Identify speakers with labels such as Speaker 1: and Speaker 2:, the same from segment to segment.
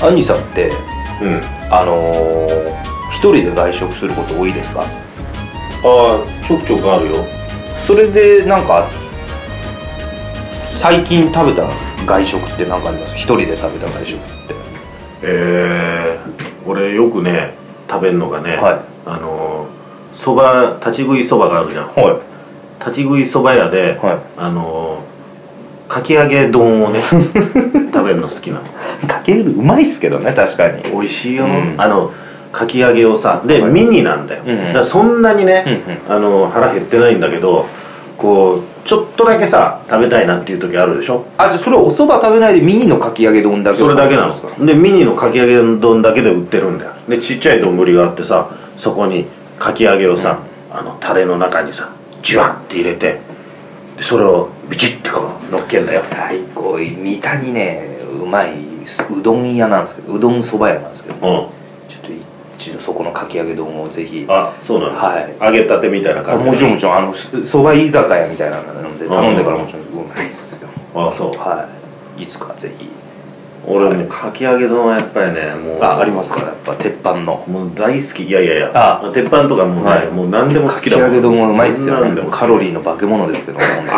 Speaker 1: アンニさんって
Speaker 2: うん
Speaker 1: あのー一人で外食すること多いですか
Speaker 2: ああちょくちょくあるよ
Speaker 1: それでなんか最近食べた外食って何かあります一人で食べた外食って
Speaker 2: えー、俺よくね食べるのがね、
Speaker 1: はい
Speaker 2: あのーそば立ち食いそばがあるじゃん
Speaker 1: はい
Speaker 2: 立ち食いそば屋で、
Speaker 1: はい
Speaker 2: あのーかき揚げ丼 をね食べるの好きなの
Speaker 1: かけるうまいっすけどね確かに
Speaker 2: 美味しいよ、
Speaker 1: うん
Speaker 2: あのかき揚げをさで、ミニなんだよ、
Speaker 1: うんうん
Speaker 2: だからそんなにね、あの腹減ってないんだけどこうちょっとだけさ食べたいなっていう時あるでしょ
Speaker 1: あじゃあそれお蕎麦食べないでミニのかき揚げ丼だけ
Speaker 2: それだけな
Speaker 1: すか
Speaker 2: のでミニのかき揚げ丼だけで売ってるんだよでちっちゃい丼があってさそこにかき揚げをさ、あのタレの中にさジュワッて入れてでそれをビチッてこうのっけんだよ
Speaker 1: はいこう三田にねうまいうどん屋なんですけどうどん蕎麦屋なんですけど
Speaker 2: うん
Speaker 1: ちょっと一度そこのかき揚げ丼をぜひ
Speaker 2: あそうなの、
Speaker 1: はい
Speaker 2: 揚げたてみたいな
Speaker 1: あ
Speaker 2: 感じ
Speaker 1: もちろんもちろんあのす蕎麦居酒屋みたいなので頼んでからもちろんうまいっすよ
Speaker 2: あそう
Speaker 1: はいいつかぜひ
Speaker 2: 俺ねかき揚げ丼はやっぱりねもう
Speaker 1: あありますからやっぱ鉄板の
Speaker 2: もう大好きいやいやいや
Speaker 1: あ
Speaker 2: 鉄板とかもうね、
Speaker 1: はい
Speaker 2: もう何でも好きだ
Speaker 1: か
Speaker 2: もん
Speaker 1: き揚げ丼はうまいっすよ
Speaker 2: 何で
Speaker 1: ね
Speaker 2: も好き
Speaker 1: カロリーの化け物ですけど本当に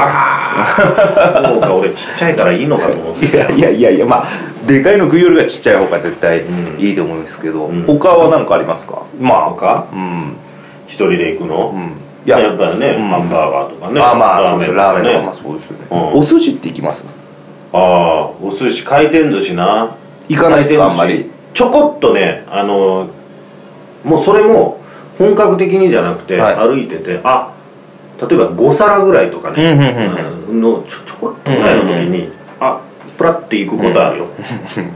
Speaker 2: そうか俺ちっちゃいからいいのかと思 って
Speaker 1: いやいやいやいやまあでかいの食うよりはちっちゃい方が絶対いいと思うんですけど、
Speaker 2: うん
Speaker 1: 他は何かありますかまあ
Speaker 2: 他
Speaker 1: うん
Speaker 2: 一人で行くの、
Speaker 1: うんい
Speaker 2: いややっぱりね、
Speaker 1: うん
Speaker 2: ハンバーガーとかね
Speaker 1: まあまあそう
Speaker 2: メ
Speaker 1: で
Speaker 2: ン
Speaker 1: す
Speaker 2: と
Speaker 1: ラ
Speaker 2: か
Speaker 1: ー
Speaker 2: ね
Speaker 1: メンとかまあそうですよね、
Speaker 2: うん
Speaker 1: お寿司って行きます
Speaker 2: ああお寿司回転寿司な
Speaker 1: 行かないですかあんま
Speaker 2: 回
Speaker 1: り
Speaker 2: 転寿司ちょこっとねあのもうそれも本格的にじゃなくて、
Speaker 1: はい
Speaker 2: 歩いててあ例えば5皿ぐらいとかね、
Speaker 1: うんうんうん
Speaker 2: うんのちょちょこっとぐらいの時に、あプラッて行くことあるよ、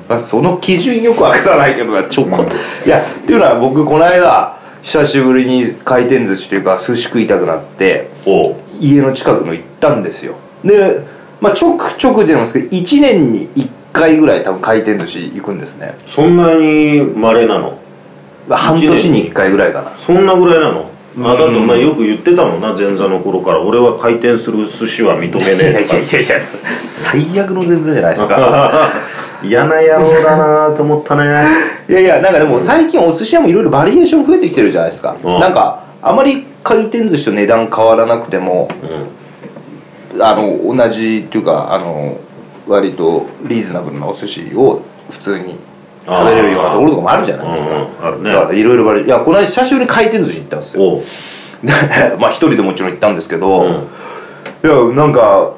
Speaker 1: まあその基準よくわからないけどなちょこっと、いやっていうのは僕この間久しぶりに回転寿司というか寿司食いたくなって
Speaker 2: おう
Speaker 1: 家の近くの行ったんですよで、まあ、ちょくちょくじゃないですけど1年に1回ぐらい多分回転寿司行くんですね
Speaker 2: そんなに稀なの
Speaker 1: まあ半年に1回ぐらいかな
Speaker 2: そんなぐらいなの、あだってお前よく言ってたもんな前座の頃から俺は回転する寿司は認めねえとか
Speaker 1: やいや最悪の全然じゃないです か
Speaker 2: 嫌な野郎だなと思ったね
Speaker 1: いやいやなんかでも最近お寿司屋もいろいろバリエーション増えてきてるじゃないですか、
Speaker 2: うん
Speaker 1: なんかあまり回転寿司と値段変わらなくても
Speaker 2: う
Speaker 1: あの同じっていうかあの割とリーズナブルなお寿司を普通に食べれるようなところとかもあるじゃないですか、
Speaker 2: あーうんうんあるね
Speaker 1: だからいろいろバリいやこの間久しぶりに回転寿司行ったんです
Speaker 2: ん
Speaker 1: よ
Speaker 2: おう
Speaker 1: で まあ一人でもちろん行ったんですけど、
Speaker 2: う
Speaker 1: い
Speaker 2: ん
Speaker 1: やなんか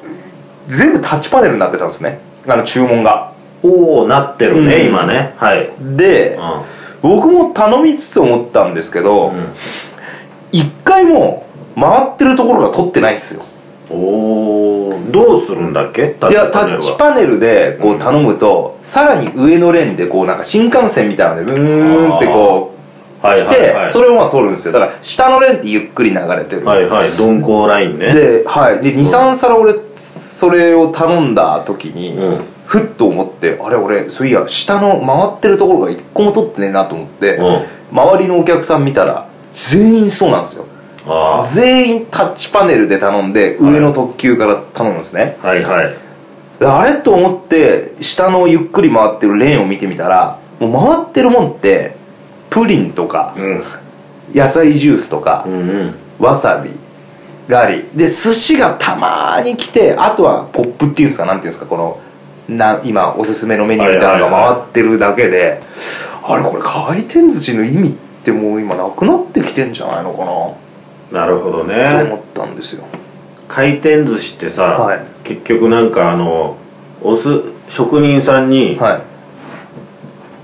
Speaker 1: 全部タッチパネルになってたんですねあの注文が
Speaker 2: おうなってるね、
Speaker 1: うん
Speaker 2: 今ねはい、
Speaker 1: で、僕も頼みつつ思ったんですけど、
Speaker 2: うん
Speaker 1: 一回も回ってるところが取ってないんですよ
Speaker 2: おおどうするんだっけタ
Speaker 1: いやタッチパネルでこう頼むと、さらに上のレーンでこうなんか新幹線みたいなのでブーンってこう
Speaker 2: はい
Speaker 1: 来
Speaker 2: はい
Speaker 1: て
Speaker 2: はい
Speaker 1: それをまあ取るんですよだから下のレーンってゆっくり流れてる、
Speaker 2: はいはい鈍行ラインね
Speaker 1: で,、はい、で23皿俺それを頼んだ時に、
Speaker 2: うん
Speaker 1: ふっと思ってあれ俺そういや下の回ってるところが一個も取ってねえなと思って、
Speaker 2: うん
Speaker 1: 周りのお客さん見たら全員そうなんですよ
Speaker 2: あ
Speaker 1: 全員タッチパネルで頼んで上の特急から頼むんですね、
Speaker 2: あはいはい
Speaker 1: であれと思って下のゆっくり回ってるレーンを見てみたらもう回ってるもんってプリンとか
Speaker 2: うん
Speaker 1: 野菜ジュースとか
Speaker 2: う、んうん
Speaker 1: わさびガリで寿司がたまーに来てあとはポップっていうんですかなんていうんですかこのな今おすすめのメニューみたいなの
Speaker 2: はいはい
Speaker 1: が
Speaker 2: は
Speaker 1: 回ってるだけで、あれこれ回転寿司の意味ってもう今なくなってきてんじゃないのかな
Speaker 2: なるほど
Speaker 1: と
Speaker 2: ね
Speaker 1: 思ったんですよ
Speaker 2: 回転寿司ってさ、
Speaker 1: はい
Speaker 2: 結局なんかあのおす職人さんに、
Speaker 1: はい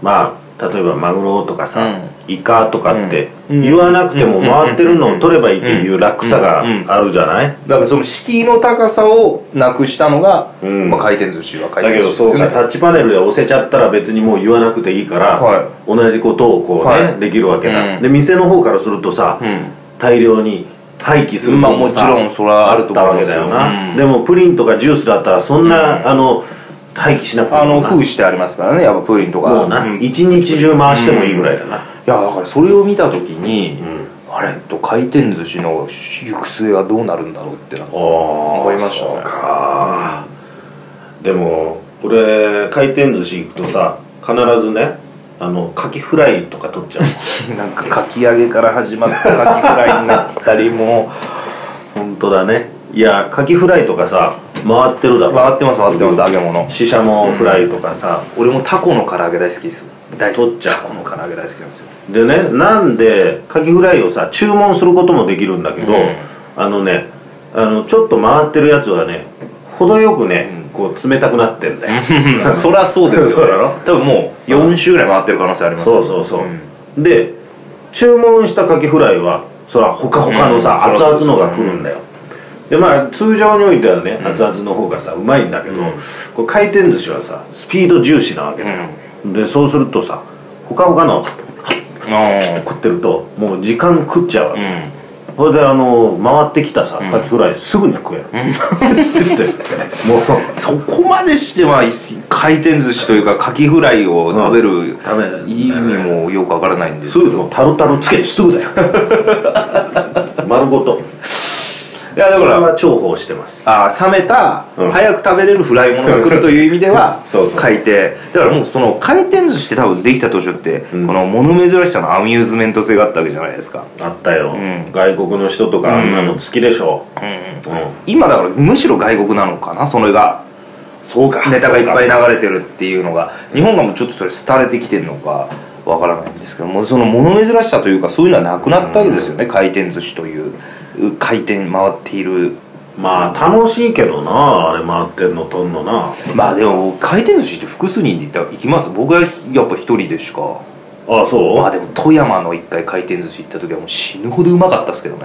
Speaker 2: まあ例えばマグロとかさ、
Speaker 1: う
Speaker 2: イカとかって
Speaker 1: うん
Speaker 2: 言わなくても
Speaker 1: うん
Speaker 2: 回ってるのを取ればいいっていう楽さがあるじゃない、
Speaker 1: だからその敷居の高さをなくしたのが、
Speaker 2: うん
Speaker 1: まあ、回転寿司は回
Speaker 2: だけ
Speaker 1: 転
Speaker 2: ど
Speaker 1: 寿司
Speaker 2: そ
Speaker 1: で
Speaker 2: う
Speaker 1: す
Speaker 2: か、
Speaker 1: よね
Speaker 2: タッチパネルで押せちゃったら別にもう言わなくていいから、
Speaker 1: はい
Speaker 2: 同じことをこうね、
Speaker 1: はい
Speaker 2: できるわけだ、
Speaker 1: うん
Speaker 2: で店の方からするとさ、
Speaker 1: うん
Speaker 2: 大量に廃棄する
Speaker 1: まあ
Speaker 2: ことさ
Speaker 1: もちろんそれはあると思いますよ
Speaker 2: あったわけだよな、
Speaker 1: うん
Speaker 2: でもプリンとかジュースだったらそんな、あの廃棄しなくていい
Speaker 1: あ
Speaker 2: も
Speaker 1: の
Speaker 2: んな
Speaker 1: 封してありますからねやっぱプリンとか
Speaker 2: もうな、
Speaker 1: んい
Speaker 2: 一日中回してもいいぐらいだな、
Speaker 1: やだからそれを見た時に、
Speaker 2: ん
Speaker 1: あれと回転寿司の行く末はどうなるんだろうってなんか
Speaker 2: 思
Speaker 1: 思いましたね
Speaker 2: そうかでも俺回転寿司行くとさ必ずねあのカキフライとか取 っちゃう
Speaker 1: なんかかき揚げから始まったかきフライになったりも
Speaker 2: 本当だねいやカキフライとかさ回ってるだ
Speaker 1: う
Speaker 2: ろ
Speaker 1: 回ってます回ってます揚げ物
Speaker 2: シシャモフライとかさ、
Speaker 1: 俺もタコの唐揚げ大好きです大好
Speaker 2: 取っ
Speaker 1: き
Speaker 2: ちゃう
Speaker 1: タコの唐揚げ大好きなんですよ
Speaker 2: でねなんでカキフライをさ注文することもできるんだけど、
Speaker 1: うん
Speaker 2: あのねあのちょっと回ってるやつはね程よくね、こう冷たくなっ てんだよ
Speaker 1: そりゃそうです
Speaker 2: そうだ
Speaker 1: よ、
Speaker 2: ろ
Speaker 1: ね、多分もう4周ぐらい回ってる可能性あります
Speaker 2: そうそうそう、で注文したカキフライはそらほかほかのさ、
Speaker 1: うん
Speaker 2: 熱々のが来るんだよ、でまあ通常においてはね熱々の方がさうまいんだけど、こう回転寿司はさスピード重視なわけだよ、でそうするとさほかほか
Speaker 1: あ
Speaker 2: の食ってるともう時間食っちゃうわけ、
Speaker 1: ーうん
Speaker 2: それであの回ってきたさカキフライすぐに食える、ってもう
Speaker 1: そこまでしては回転寿司というかカキフライを食べる
Speaker 2: 食べる
Speaker 1: 意味もよくわからないんです
Speaker 2: す
Speaker 1: けど
Speaker 2: ぐもうタルタルつけて すぐだよ丸ごと
Speaker 1: いやだ
Speaker 2: そ
Speaker 1: か
Speaker 2: れ
Speaker 1: ら
Speaker 2: は重宝してます
Speaker 1: あー冷めた、
Speaker 2: うん
Speaker 1: 早く食べれるフライものが来るという意味では
Speaker 2: そうそうそう
Speaker 1: 回転だからもうその回転寿司って多分できた当初って、この物珍しさのアミューズメント性があったわけじゃないですか
Speaker 2: あったよ、
Speaker 1: ん
Speaker 2: 外国の人とかあんなの好きでしょ、うん
Speaker 1: 今だからむしろ外国なのかなそれが
Speaker 2: そうか
Speaker 1: ネタがいっぱい
Speaker 2: い
Speaker 1: 流れてるっていうのが日本がもうちょっとそれ廃れてきてるのかわからないんですけどもその物珍しさというかそういうのはなくなったわけですよね、回転寿司というう回転回っている
Speaker 2: まあ楽しいけどなあれ回ってんのとんのな
Speaker 1: まあでも回転寿司って複数人で行った行きます僕はやっぱ一人でしか
Speaker 2: あそう、
Speaker 1: まあでも富山の一回回転寿司行った時はもう死ぬほどうまかったですけどね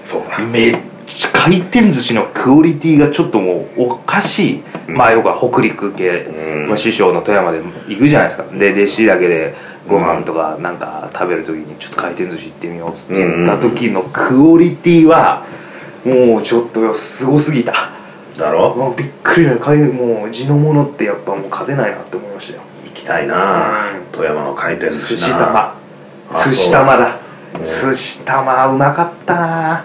Speaker 2: そうだ
Speaker 1: めっちゃ回転寿司のクオリティがちょっともうおかしい、まあよくは北陸系、まあ、師匠の富山で行くじゃないですかで弟子だけでご飯とかなんか食べる時にちょっと回転寿司行ってみようっつって言った時のクオリティはもうちょっとすごすぎた
Speaker 2: だろ
Speaker 1: もうびっくりだ回もう地のものってやっぱもう勝てないなって思いましたよ
Speaker 2: 行きたいなあ、
Speaker 1: うん
Speaker 2: 富山の回転寿司
Speaker 1: 寿
Speaker 2: な
Speaker 1: 司玉
Speaker 2: あ
Speaker 1: 寿司玉だ
Speaker 2: うん
Speaker 1: 寿司玉うまかったな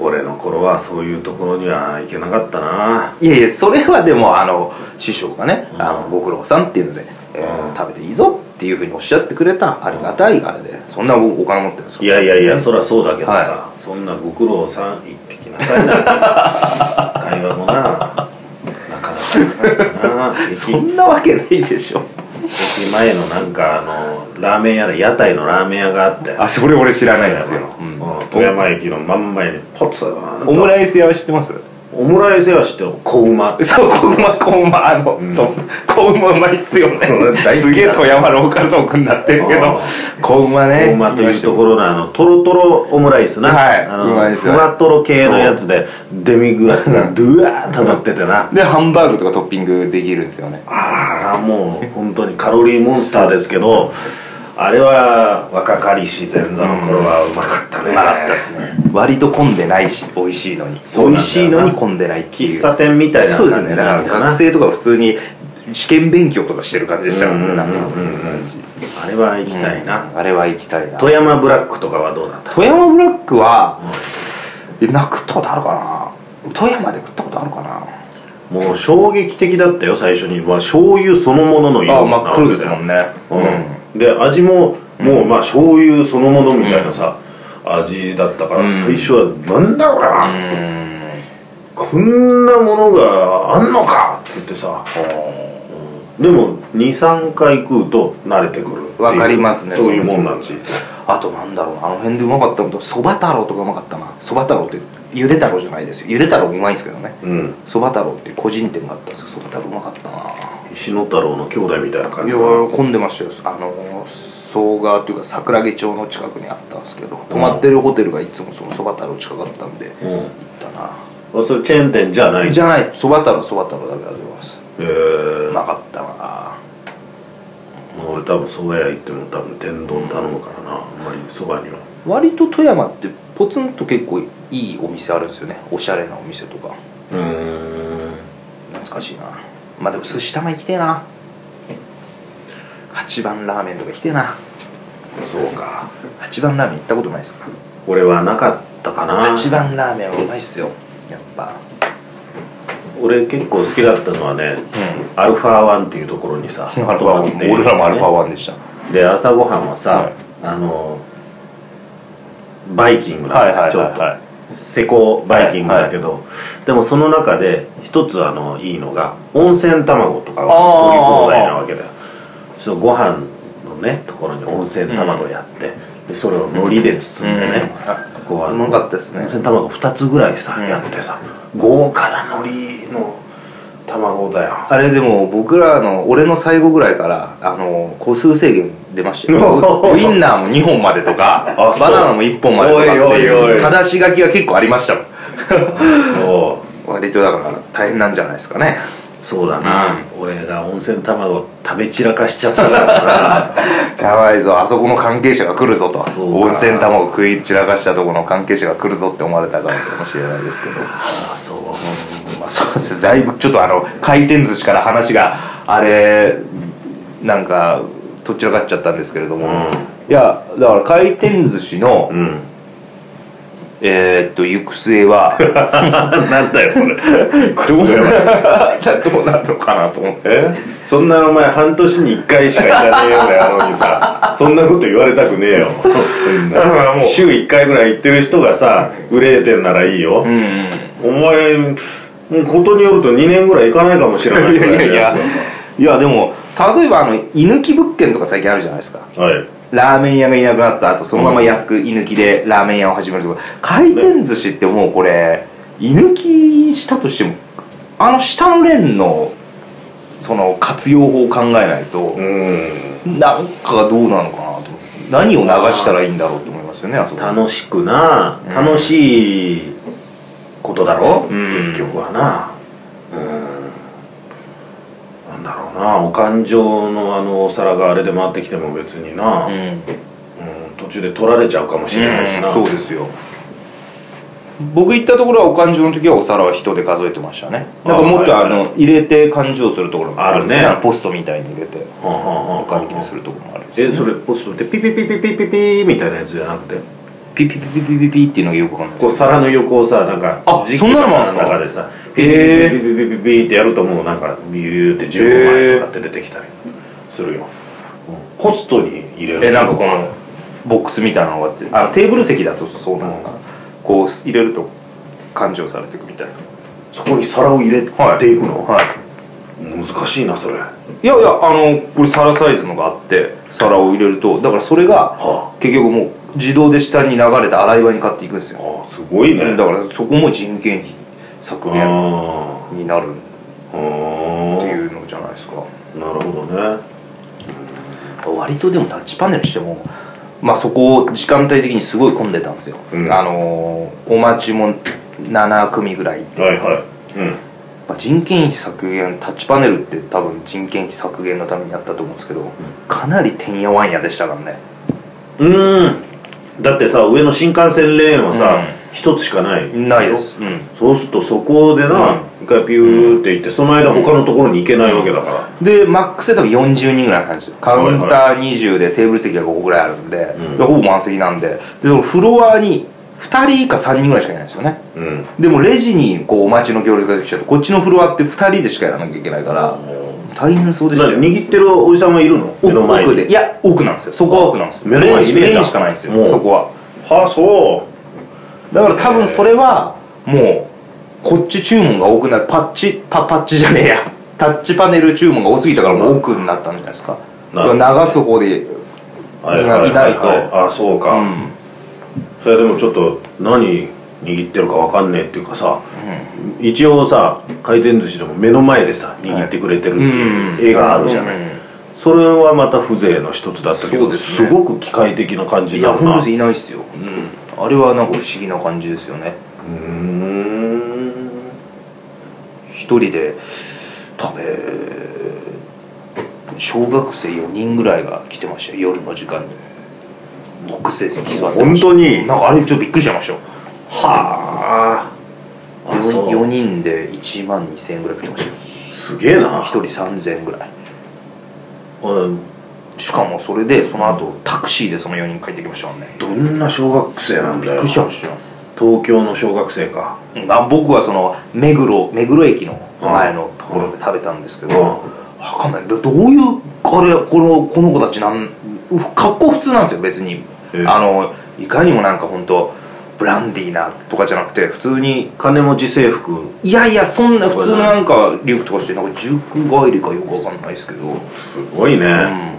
Speaker 2: 俺の頃はそういうところには行けなかったない
Speaker 1: やいやそれはでもあの師匠がね、
Speaker 2: うん
Speaker 1: あのご苦労さんっていうので、えー
Speaker 2: うん
Speaker 1: 食べていいぞっていうふうにおっしゃってくれたありがたいあれでそんなお金持ってるんですか
Speaker 2: いやいやいや、そ
Speaker 1: れ
Speaker 2: りゃそうだけどさ、
Speaker 1: は
Speaker 2: そんなご苦労さん行ってき なさいなんて会話もななかなかなな
Speaker 1: そ
Speaker 2: 駅
Speaker 1: んなわけないでしょ
Speaker 2: 駅前のなんかあのラーメン屋で屋台のラーメン屋があって
Speaker 1: あそれ俺知らない
Speaker 2: うん富山駅の真ん前にポツーン
Speaker 1: オム
Speaker 2: と
Speaker 1: ライス屋は知ってます
Speaker 2: オムライス屋は知ってる小馬
Speaker 1: そう、小馬、小馬、あの、
Speaker 2: ん
Speaker 1: と小馬うまいっすよね
Speaker 2: うん大好き。だ
Speaker 1: すげえ富山ローカルトークになってるけ
Speaker 2: うん
Speaker 1: ど、小馬ね。
Speaker 2: 小馬というと
Speaker 1: ろ。
Speaker 2: ころのあのトロトロオムライスな、
Speaker 1: はい
Speaker 2: あ
Speaker 1: うまい
Speaker 2: の
Speaker 1: です
Speaker 2: ふ
Speaker 1: よ
Speaker 2: わトロ系のやつでデミグラスがドゥワーッとなっててな
Speaker 1: で、ハンバーグとかトッピングできるんですよね。
Speaker 2: ああもう本当にカロリーモンスターですけどあれは若かりし前座の頃はうまかったね、
Speaker 1: うまかったですね。割と混んでないし、美味しいのに。
Speaker 2: そうなんだよな
Speaker 1: 美味しいのに混んでないっていう。
Speaker 2: 喫茶店みたいな
Speaker 1: そう
Speaker 2: 感
Speaker 1: で
Speaker 2: じ
Speaker 1: すね。だから
Speaker 2: かな
Speaker 1: 学生とか普通に試験勉強とかしてる感じでしたもんね。なんか
Speaker 2: あれは行きたいな、
Speaker 1: あれは行きたいな。
Speaker 2: 富山ブラックとかはどうだった
Speaker 1: 富山ブラックは、えなくったことあるかな富山で食ったことあるかな
Speaker 2: もう衝撃的だったよ最初に、まあ、醤油そのものの色
Speaker 1: あ
Speaker 2: な
Speaker 1: 真っ黒ですもんね
Speaker 2: うん、で味ももうまあ醤油そのものみたいなさ、味だったから最初は「なんだこれはこんなものがあんのか!」って言ってさ、うんでも23回食うと慣れてくるっていう
Speaker 1: わかりますね
Speaker 2: そういうもんなんですよ
Speaker 1: あとなんだろうなあの辺でうまかったのとそば太郎とかうまかったなそば太郎ってゆで太郎じゃないですよゆで太郎うまいんですけどね
Speaker 2: うん
Speaker 1: そば太郎っていう個人店があったんですけどそば太郎うまかったな
Speaker 2: 石野太郎の兄弟みたいな感
Speaker 1: いや
Speaker 2: じ
Speaker 1: 混んでましたよあの総川っていうか桜木町の近くにあったんですけど泊まってるホテルがいつもそのそば太郎近かったんで行っ
Speaker 2: うん
Speaker 1: たな
Speaker 2: あそれチェーン店じゃない
Speaker 1: じゃないそば太郎そば太郎だけだと思います
Speaker 2: えー
Speaker 1: うまかったな
Speaker 2: 俺多分蕎麦屋行っても多分天丼頼むからなあんまり蕎麦には
Speaker 1: 割と富山ってポツンと結構いいお店あるんですよねおしゃれなお店とか
Speaker 2: うん
Speaker 1: 懐かしいなまあでも寿司玉行きてえな八番ラーメンとか行きてえな
Speaker 2: そうか
Speaker 1: 八番ラーメン行ったことないですか
Speaker 2: 俺はなかったかな
Speaker 1: 八番ラーメンはうまいっすよやっぱ
Speaker 2: 俺結構好きだったのはね、アルファワンっていうところにさ
Speaker 1: アルファワン
Speaker 2: 泊まって
Speaker 1: 俺らもアルファワンでした
Speaker 2: で朝ごはんはさ、
Speaker 1: はい
Speaker 2: あのバイキングな
Speaker 1: はいはい
Speaker 2: んだ
Speaker 1: はい
Speaker 2: ちょっ
Speaker 1: は
Speaker 2: と施工バイキングだけど、でもその中で一つあのいいのが温泉卵とかが取り放題なわけだよそうご飯のねところに温泉卵やって、でそれを海苔で包んでね、
Speaker 1: うん
Speaker 2: こうあ
Speaker 1: う
Speaker 2: の
Speaker 1: まかったですね
Speaker 2: 温泉卵2つぐらいさ、やってさ豪華な海苔の卵だよ
Speaker 1: あれでも僕らの俺の最後ぐらいからあの個数制限出ました よウインナーも2本までとか
Speaker 2: あ
Speaker 1: バ
Speaker 2: そう
Speaker 1: ナナも1本までとかって
Speaker 2: おいおいお
Speaker 1: い
Speaker 2: いう
Speaker 1: ただし書きが結構ありましたもん
Speaker 2: そう
Speaker 1: 割とだから大変なんじゃないですかね
Speaker 2: そうだな、俺が温泉卵食べ散らかしちゃった からな
Speaker 1: やばいぞあそこの関係者が来るぞと
Speaker 2: そうか
Speaker 1: 温泉卵食い散らかしたところの関係者が来るぞって思われたからかもしれないですけど
Speaker 2: あそう
Speaker 1: まあそうですよだいぶちょっとあの回転寿司から話があれなんかとっちらかっちゃったんですけれども、
Speaker 2: ん
Speaker 1: いやだから回転寿司の、
Speaker 2: うん
Speaker 1: えー、っと行く末 は
Speaker 2: なんだよそれ
Speaker 1: どうな るのかなと思って
Speaker 2: えそんなお前半年に1回しか行かねえような野郎にさそんなこと言われたくねえ よそんな
Speaker 1: だからもう
Speaker 2: 週1回ぐらい行ってる人がさ憂えてんならいいよ
Speaker 1: う、ん
Speaker 2: お前もうことによると2年ぐらい行かないかもしれない
Speaker 1: い
Speaker 2: ぐ
Speaker 1: やいや
Speaker 2: らい
Speaker 1: い
Speaker 2: のや
Speaker 1: や
Speaker 2: つだ
Speaker 1: いやでも例えばあの居抜き物件とか最近あるじゃないですか
Speaker 2: はい
Speaker 1: ラーメン屋がいなくなった後そのまま安く居抜きでラーメン屋を始めるとか回転寿司ってもうこれ居抜きしたとしてもあの下の連のその活用法を考えないと
Speaker 2: うん
Speaker 1: なんかがどうなのかなと思って何を流したらいいんだろうと思いますよねあそこ
Speaker 2: 楽しくな楽しいことだろ、
Speaker 1: うん
Speaker 2: 結局はなうんなんだろうなお勘定のあのお皿があれで回ってきても別にな、う
Speaker 1: うんん
Speaker 2: 途中で取られちゃうかもしれないしな、
Speaker 1: そうですよ僕行ったところはお勘定の時はお皿は人で数えてましたねなんかもっと
Speaker 2: あ
Speaker 1: あ
Speaker 2: はいはい
Speaker 1: の入れて勘定するところもあるんです
Speaker 2: あるね
Speaker 1: あのポストみたいに入れて
Speaker 2: はあはあはあ
Speaker 1: お会計するところもあるんですよ
Speaker 2: えそれポストってピピピピピピピみたいなやつじゃなくて
Speaker 1: ピピピピピピピっていうのがよくわかんない
Speaker 2: こう皿の横をさなんか
Speaker 1: あ
Speaker 2: 磁器
Speaker 1: そんなのもあるんですか
Speaker 2: 中でさピ
Speaker 1: へ
Speaker 2: ピ
Speaker 1: え
Speaker 2: ピピピピピってやるともうなんかビューって15枚とかって出てきたりするよ、うんポストに入れる
Speaker 1: えなんかこのボックスみたいなのがあってあのテーブル席だとそうなのかな、こう入れると勘定されていくみたいな
Speaker 2: そこに皿を入れ
Speaker 1: はい
Speaker 2: ていくの、
Speaker 1: はい
Speaker 2: 難しいなそれ
Speaker 1: いやいやあのこれ皿サイズのがあって皿を入れるとだからそれが
Speaker 2: は
Speaker 1: 結局もう自動で下に流れて洗い場に買っていくんですよ
Speaker 2: ああすごいね
Speaker 1: だからそこも人件費削
Speaker 2: あ
Speaker 1: 減
Speaker 2: あ
Speaker 1: になるっ
Speaker 2: ああ
Speaker 1: ていうのじゃないですか
Speaker 2: なるほどね
Speaker 1: 割とでもタッチパネルしてもまあそこ時間帯的にすごい混んでたんですよ、
Speaker 2: うん
Speaker 1: あのーお待ちも7組ぐらいいて、
Speaker 2: はいはいうん
Speaker 1: まあ、人件費削減タッチパネルって多分人件費削減のためにやったと思うんですけどかなりてんやわんやでしたからね
Speaker 2: うーんだってさ上の新幹線レーンはさ
Speaker 1: うん
Speaker 2: 一、つしかない
Speaker 1: ないです、うん、
Speaker 2: そうするとそこでな、一回ピューって行ってその間他のところに行けないわけだから、
Speaker 1: でマックスで多分40人ぐらい入るんですよカウンター20でテーブル席が5個ぐらいあるんで,で、
Speaker 2: う
Speaker 1: ほ
Speaker 2: ん
Speaker 1: ぼ満席なんででそのフロアに2人か3人ぐらいしかいないんですよね
Speaker 2: うん
Speaker 1: でもレジにこうお待ちの行列ができちゃうとこっちのフロアって2人でしかやらなきゃいけないから大変そうでした
Speaker 2: 何
Speaker 1: よ
Speaker 2: 握ってるおじさんはいるの目
Speaker 1: 奥
Speaker 2: の前に
Speaker 1: 奥でいや奥なんですよそこは奥なんです
Speaker 2: 目
Speaker 1: よ
Speaker 2: の前
Speaker 1: レ
Speaker 2: に
Speaker 1: ジ
Speaker 2: 見えた
Speaker 1: レジしかないんです
Speaker 2: も
Speaker 1: よ
Speaker 2: う
Speaker 1: そこは
Speaker 2: はあそ
Speaker 1: だから多分それはもうこっち注文が多くなるパッチパパッチじゃねえやタッチパネル注文が多すぎたからもう奥になったんじゃないですか
Speaker 2: なるほど
Speaker 1: 流す方で
Speaker 2: うはいはい
Speaker 1: いな
Speaker 2: はいい
Speaker 1: と
Speaker 2: はいあそうか、
Speaker 1: うん
Speaker 2: それでもちょっと何握ってるかわかんねえっていうかさ、一応さ回転寿司でも目の前でさ握ってくれてるっていう絵があるじゃない、
Speaker 1: うんうん
Speaker 2: それはまた風情の一つだったけ
Speaker 1: そう
Speaker 2: ど
Speaker 1: です
Speaker 2: す,、
Speaker 1: ね
Speaker 2: ごく機械的な感じ
Speaker 1: い
Speaker 2: にな
Speaker 1: や
Speaker 2: る
Speaker 1: 本当
Speaker 2: な
Speaker 1: ですいないっすよ、あれはなんか不思議な感じですよね
Speaker 2: うーん
Speaker 1: 一人で食べ小学生4人ぐらいが来てましたよ夜の時間にボックスで席座ってま
Speaker 2: 本
Speaker 1: した
Speaker 2: 当に
Speaker 1: なんかあれちょっとびっくりしちゃいましたよ
Speaker 2: はああそう
Speaker 1: 4, 4人で1万2000円ぐらい食ってましたよ
Speaker 2: すげえな
Speaker 1: 1人3000円ぐらい
Speaker 2: うん
Speaker 1: しかもそれでその後タクシーでその4人帰ってきましたもんね
Speaker 2: どんな小学生なん
Speaker 1: び
Speaker 2: だ
Speaker 1: っ
Speaker 2: よ
Speaker 1: くりしちゃいましたよ
Speaker 2: 東京の小学生か
Speaker 1: まあ、僕はその目黒目黒駅の前のところで食べたんですけど、
Speaker 2: うん
Speaker 1: 分かんないどどういうあれこのこの子たちなん格好普通なんですよ別に、
Speaker 2: ええ
Speaker 1: あのいかにもなんか本当ブランディーなとかじゃなくて普通に
Speaker 2: 金持ち制服
Speaker 1: いやいやそんな普通のなんかリュックとかしてなんか塾帰りかよくわかんないですけど、う
Speaker 2: すごいね、
Speaker 1: ん、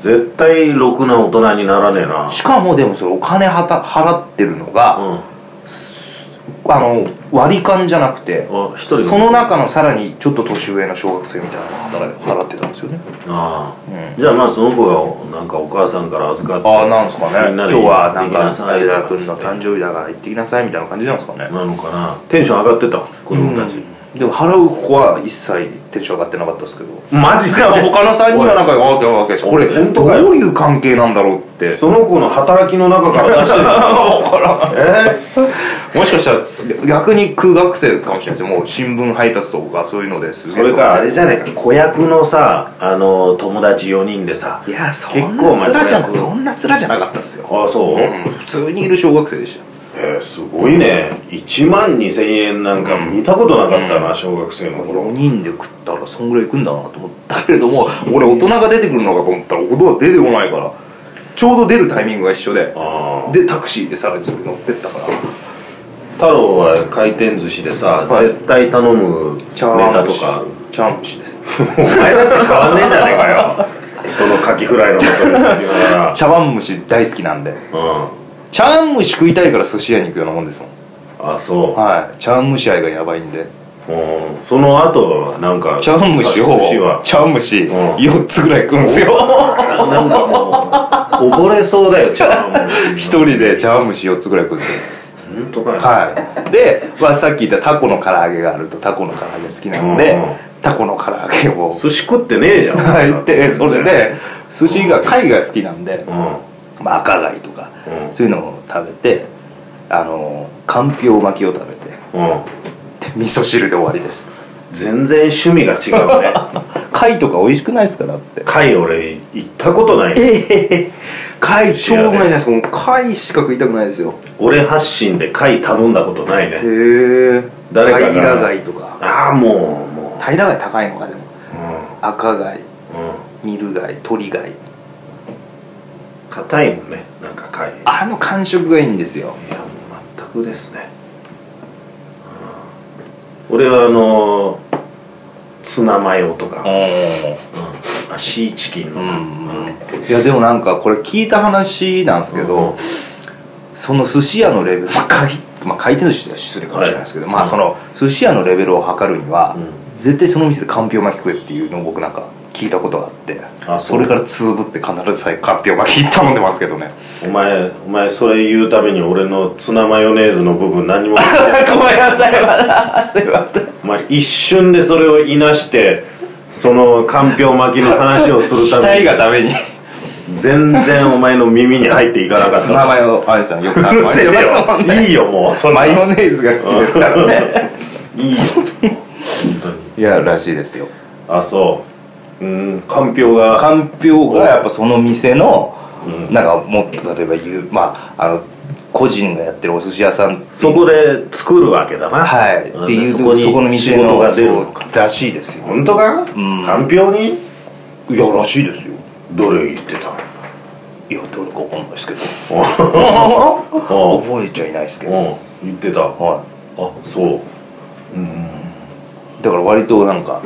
Speaker 2: 絶対ろくな大人にならねえな
Speaker 1: しかもでもそれお金はた払ってるのが、
Speaker 2: うん
Speaker 1: あの割り勘じゃなくて
Speaker 2: あ一人の
Speaker 1: その中のさらにちょっと年上の小学生みたいなの働いて払ってたんですよね
Speaker 2: ああ、じゃあまあその子がなんかお母さんから預かって
Speaker 1: ああなんですかね
Speaker 2: みん
Speaker 1: 今
Speaker 2: な
Speaker 1: 日
Speaker 2: で
Speaker 1: はなん
Speaker 2: 行
Speaker 1: か
Speaker 2: ってきなさい
Speaker 1: 誰々君の誕生日だから行ってきなさいみたいな感じなんですかね、
Speaker 2: なのかなテンション上がってた子供たち、
Speaker 1: でも払う子は一切手帳上がってなかったですけど
Speaker 2: マジで
Speaker 1: 他の3人はなんかああってなるわけでしょこれ
Speaker 2: 本
Speaker 1: ど
Speaker 2: 当かよ
Speaker 1: ういう関係なんだろう って
Speaker 2: その子の働きの中から出してた
Speaker 1: わからん
Speaker 2: え
Speaker 1: もしかしたらつ逆に空学生かもしれないですよもう新聞配達とかそういうのです
Speaker 2: そ
Speaker 1: げえ
Speaker 2: れ
Speaker 1: と
Speaker 2: かあれじゃないか子役のさあの友達4人でさ
Speaker 1: いやそ
Speaker 2: 結
Speaker 1: ん
Speaker 2: 構
Speaker 1: な
Speaker 2: 前
Speaker 1: 面じゃな
Speaker 2: 子役
Speaker 1: そんな面じゃなかったっすよ、
Speaker 2: ああそう、
Speaker 1: うん、普通にいる小学生でした
Speaker 2: えー、すごいね1万2000円なんか見たことなかったな、小学生の頃
Speaker 1: 4人で食ったらそんぐらいいくんだなと思ったけれど も俺大人が出てくるのかと思ったら音は出てこないからちょうど出るタイミングが一緒で
Speaker 2: ああ
Speaker 1: でタクシーでさらにそれ乗ってったから
Speaker 2: 太郎は回転寿司でさ、
Speaker 1: はい
Speaker 2: 絶対頼むネタとかある
Speaker 1: チャームシです
Speaker 2: お前だって変わんねえじゃねえかよそのカキフライのことになりなが ら
Speaker 1: 茶碗蒸し大好きなんで
Speaker 2: う
Speaker 1: 茶碗蒸し食いたいから寿司屋に行くようなもんですもん
Speaker 2: んあそ
Speaker 1: はい茶碗蒸し愛がやばいんで
Speaker 2: う、うん、その後はなんか
Speaker 1: 茶碗蒸し
Speaker 2: 寿司
Speaker 1: を
Speaker 2: は
Speaker 1: 茶碗蒸し
Speaker 2: うん
Speaker 1: 4つぐらい食うんですよ
Speaker 2: なんかもう溺れそうだよ茶碗蒸し
Speaker 1: 一人で茶碗蒸し4つぐらい食うんですよ
Speaker 2: 本当かよ、
Speaker 1: はい、で、まあ、さっき言ったタコの唐揚げがあるとタコの唐揚げ好きなので、
Speaker 2: うんうん
Speaker 1: タコの唐揚げを
Speaker 2: 寿司食ってねえじゃん
Speaker 1: 入ってそれで寿司が貝が好きなんで
Speaker 2: う、ん
Speaker 1: まあ、赤貝とか、
Speaker 2: うん
Speaker 1: そういうのを食べてあのかんぴょう巻きを食べてで
Speaker 2: うん
Speaker 1: 味噌汁で終わりです
Speaker 2: 全然趣味が違うね
Speaker 1: 貝とか美味しくないですかだって
Speaker 2: 貝俺行ったことない
Speaker 1: 貝
Speaker 2: 超うまいじゃない
Speaker 1: ですかもう貝しか食いたくないですよ
Speaker 2: 俺発信で貝頼んだことないね
Speaker 1: へえ
Speaker 2: 誰かが
Speaker 1: 平貝とか
Speaker 2: ああもうも
Speaker 1: 平貝高いのかでも
Speaker 2: うう
Speaker 1: 赤貝
Speaker 2: んうん
Speaker 1: ミル貝鳥貝
Speaker 2: 硬いもんねなんか貝
Speaker 1: あの感触がいいんですよ
Speaker 2: いやもう全くですね、うん俺はあのーツナマヨとか、うんあシーチキンの、うん
Speaker 1: いやでもなんかこれ聞いた話なんですけど、
Speaker 2: うん
Speaker 1: その寿司屋のレベルまあ回まあ、回転寿司では失礼かもしれないですけど、
Speaker 2: はい
Speaker 1: まあその寿司屋のレベルを測るには、
Speaker 2: うん
Speaker 1: 絶対その店でかんぴょう巻き食えっていうのを僕なんか聞いたことがあって
Speaker 2: あそ
Speaker 1: そうれからつぶって必ず最後かんぴょう巻き頼んでますけどね
Speaker 2: お前お前それ言うために俺のツナマヨネーズの部分 何
Speaker 1: ご
Speaker 2: も
Speaker 1: めんなさいまだすいません
Speaker 2: お前一瞬でそれをいなしてそのかんぴょう巻きの話をする
Speaker 1: した
Speaker 2: め
Speaker 1: たい
Speaker 2: に
Speaker 1: がために
Speaker 2: 全然お前の耳に入っていか なかった
Speaker 1: ツナマヨあれさんよく考
Speaker 2: うるせえ
Speaker 1: えてますもん
Speaker 2: よ
Speaker 1: ね
Speaker 2: いいよもうそんな
Speaker 1: マヨネーズが好きですからね
Speaker 2: いいよ本当に
Speaker 1: いやらしいですよ
Speaker 2: あそううんかんぴょうが
Speaker 1: かんぴょうがやっぱその店の、なんかもっと例えば言うまああの個人がやってるお寿司屋さん
Speaker 2: そこで作るわけだな
Speaker 1: はい
Speaker 2: うん
Speaker 1: っていう
Speaker 2: そ
Speaker 1: そ
Speaker 2: こ
Speaker 1: こ
Speaker 2: に
Speaker 1: の店
Speaker 2: 仕事
Speaker 1: の
Speaker 2: が出る
Speaker 1: そうらしいですよ
Speaker 2: 本当かかんぴょうに
Speaker 1: いやらしいですよ
Speaker 2: どれ言ってたの
Speaker 1: いやどれかわかんないですけ ど
Speaker 2: お
Speaker 1: 覚えちゃいないですけど、
Speaker 2: うん言ってたあ
Speaker 1: は
Speaker 2: そう
Speaker 1: い、だから割となんか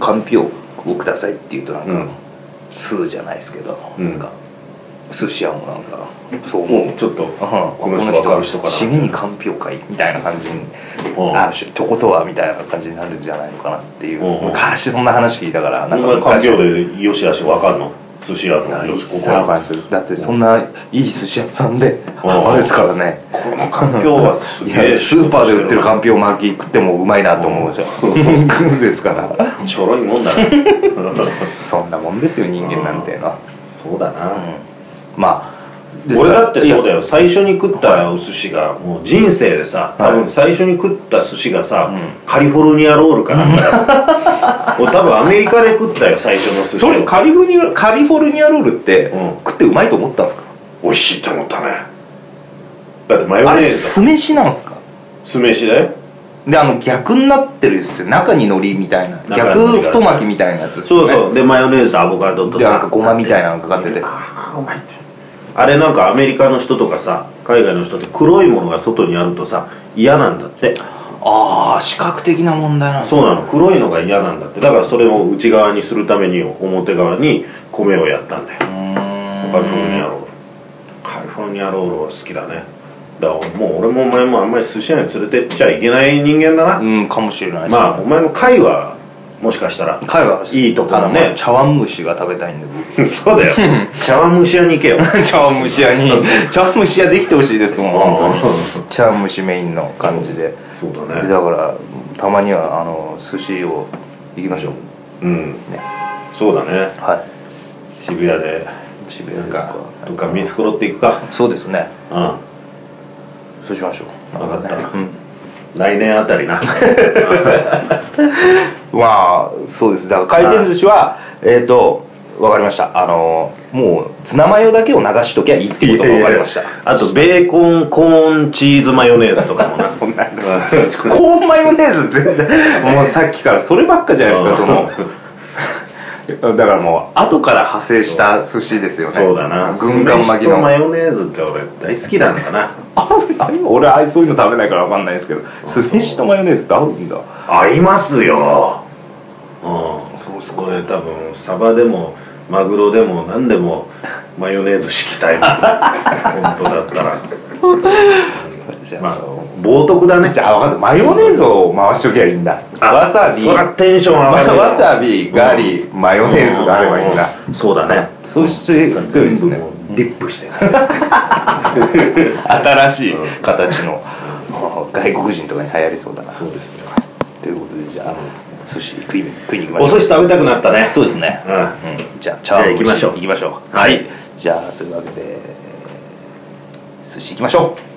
Speaker 1: かんぴょうをくださいっていうとなんか、
Speaker 2: うん
Speaker 1: スーじゃないですけど、
Speaker 2: うん
Speaker 1: なんか寿司屋もなんかそう思う
Speaker 2: もうちょっと
Speaker 1: うん
Speaker 2: この人わかる人かな
Speaker 1: 締めにかんぴょうかいみたいな感じに、
Speaker 2: うん
Speaker 1: ある種ってことはみたいな感じになるんじゃないのかなっていう、
Speaker 2: うんうん
Speaker 1: 昔そんな話聞いたから
Speaker 2: お
Speaker 1: なん
Speaker 2: 前
Speaker 1: か
Speaker 2: かん
Speaker 1: 昔
Speaker 2: ぴょうでよしあしわかんの寿司屋
Speaker 1: いや
Speaker 2: のよ
Speaker 1: 一
Speaker 2: し
Speaker 1: 切わかんないですよだってそんないい寿司屋さんで
Speaker 2: うん
Speaker 1: あれですからね
Speaker 2: このかんぴょうはす
Speaker 1: い
Speaker 2: げえ
Speaker 1: や スーパーで売ってるか
Speaker 2: ん
Speaker 1: んぴょう巻き食ってもうまいなと思うじゃ んですから
Speaker 2: ちょろいもんだな
Speaker 1: そんなもんですよ人間なんていうのは、
Speaker 2: そうだな
Speaker 1: まあですか
Speaker 2: 俺
Speaker 1: ら
Speaker 2: だってそう
Speaker 1: い
Speaker 2: だ
Speaker 1: や
Speaker 2: よ最初に食ったお寿司がもう人生でさ多分最初に食った寿司がさ、カリフォルニアロールかなんか だよ俺多分アメリカで食ったよ最初の寿司
Speaker 1: それカリフォルニアカリフォルニアロールって、
Speaker 2: うん
Speaker 1: 食ってうまいと思ったんですか
Speaker 2: 美味しいと思ったねだってマヨ
Speaker 1: あ
Speaker 2: ネー
Speaker 1: れ
Speaker 2: ズ
Speaker 1: 酢飯なんすか
Speaker 2: 酢飯だよ
Speaker 1: であの逆になってるですよ中に海苔みたいな
Speaker 2: に
Speaker 1: 逆太巻きみたいなやつです
Speaker 2: そ
Speaker 1: よ
Speaker 2: う
Speaker 1: ね
Speaker 2: そうでマヨネーズとアボカドと
Speaker 1: で
Speaker 2: さ
Speaker 1: なんかごまみたいなのかかってて
Speaker 2: ああうまいってあれなんかアメリカの人とかさ海外の人って黒いものが外にあるとさ嫌なんだって
Speaker 1: ああ視覚的な問題なんですね
Speaker 2: そうなの黒いのが嫌なんだってだからそれを内側にするために表側に米をやったんだよ
Speaker 1: うーん
Speaker 2: カリフォルニアロールカリフォルニアロールは好きだねだからもう俺もお前もあんまり寿司屋に連れてっちゃいけない人間だな、
Speaker 1: うんかもしれないです
Speaker 2: まあお前の貝はもしかした ら
Speaker 1: 彼はい
Speaker 2: いいとこだね
Speaker 1: あのまあ茶碗蒸しが食べたいんで
Speaker 2: そうだよ 茶碗蒸し屋に行けよ
Speaker 1: 僕 茶碗蒸し屋に 茶碗蒸し屋できてほしいですもん本当に
Speaker 2: う
Speaker 1: 茶碗蒸しメインの感じで
Speaker 2: そうだ
Speaker 1: だ
Speaker 2: ね
Speaker 1: からたまにはあの寿司を行きましょう
Speaker 2: うん、そうだね
Speaker 1: は
Speaker 2: 渋谷で
Speaker 1: い渋
Speaker 2: なん
Speaker 1: 谷と
Speaker 2: か
Speaker 1: か
Speaker 2: どっか見繕っていくか
Speaker 1: そうですね
Speaker 2: う
Speaker 1: そうしましょう
Speaker 2: わかった
Speaker 1: なんねうん
Speaker 2: ん来年あたりな
Speaker 1: まあそうですだから回転寿司はえっ、とわかりましたあのもうツナマヨだけを流しときゃいいっていうことがわかりました
Speaker 2: あとベーコンコーンチーズマヨネーズとかも な
Speaker 1: そんなコーンマヨネーズ全然も うさっきからそればっかじゃないですかその だからもう後から派生した寿司ですよね
Speaker 2: そうだな
Speaker 1: 軍艦巻きの
Speaker 2: 酢飯とマヨネーズって俺大好きなんだな
Speaker 1: あ あ俺あいそういうの食べないからわかんないですけど酢飯とマヨネーズって合うんだ
Speaker 2: 合いますようん
Speaker 1: そうですか
Speaker 2: これ多分サバでもマグロでも何でもマヨネーズ敷きた いもん本当だったら
Speaker 1: じゃあ、
Speaker 2: まあ冒涜だね
Speaker 1: じゃあ分かったマヨネーズを回しときゃいいんだわさび
Speaker 2: そりゃテンション上がるよ
Speaker 1: わさびガリ、マヨネーズがあればいいんだ、
Speaker 2: うんそうだね
Speaker 1: そしてそうですね
Speaker 2: もうディップしてね
Speaker 1: 新しい形のあ外国人とかに流行りそうだな
Speaker 2: そうですよ
Speaker 1: ということでじゃあ寿司食いに食いに行きま
Speaker 2: お
Speaker 1: しょ
Speaker 2: 寿
Speaker 1: う
Speaker 2: 司食べたくなったね
Speaker 1: そうですね
Speaker 2: うん
Speaker 1: うんじゃあチャーハン
Speaker 2: じゃあ行きましょう
Speaker 1: 行きましょうはいじゃあそういうわけで寿司行きましょう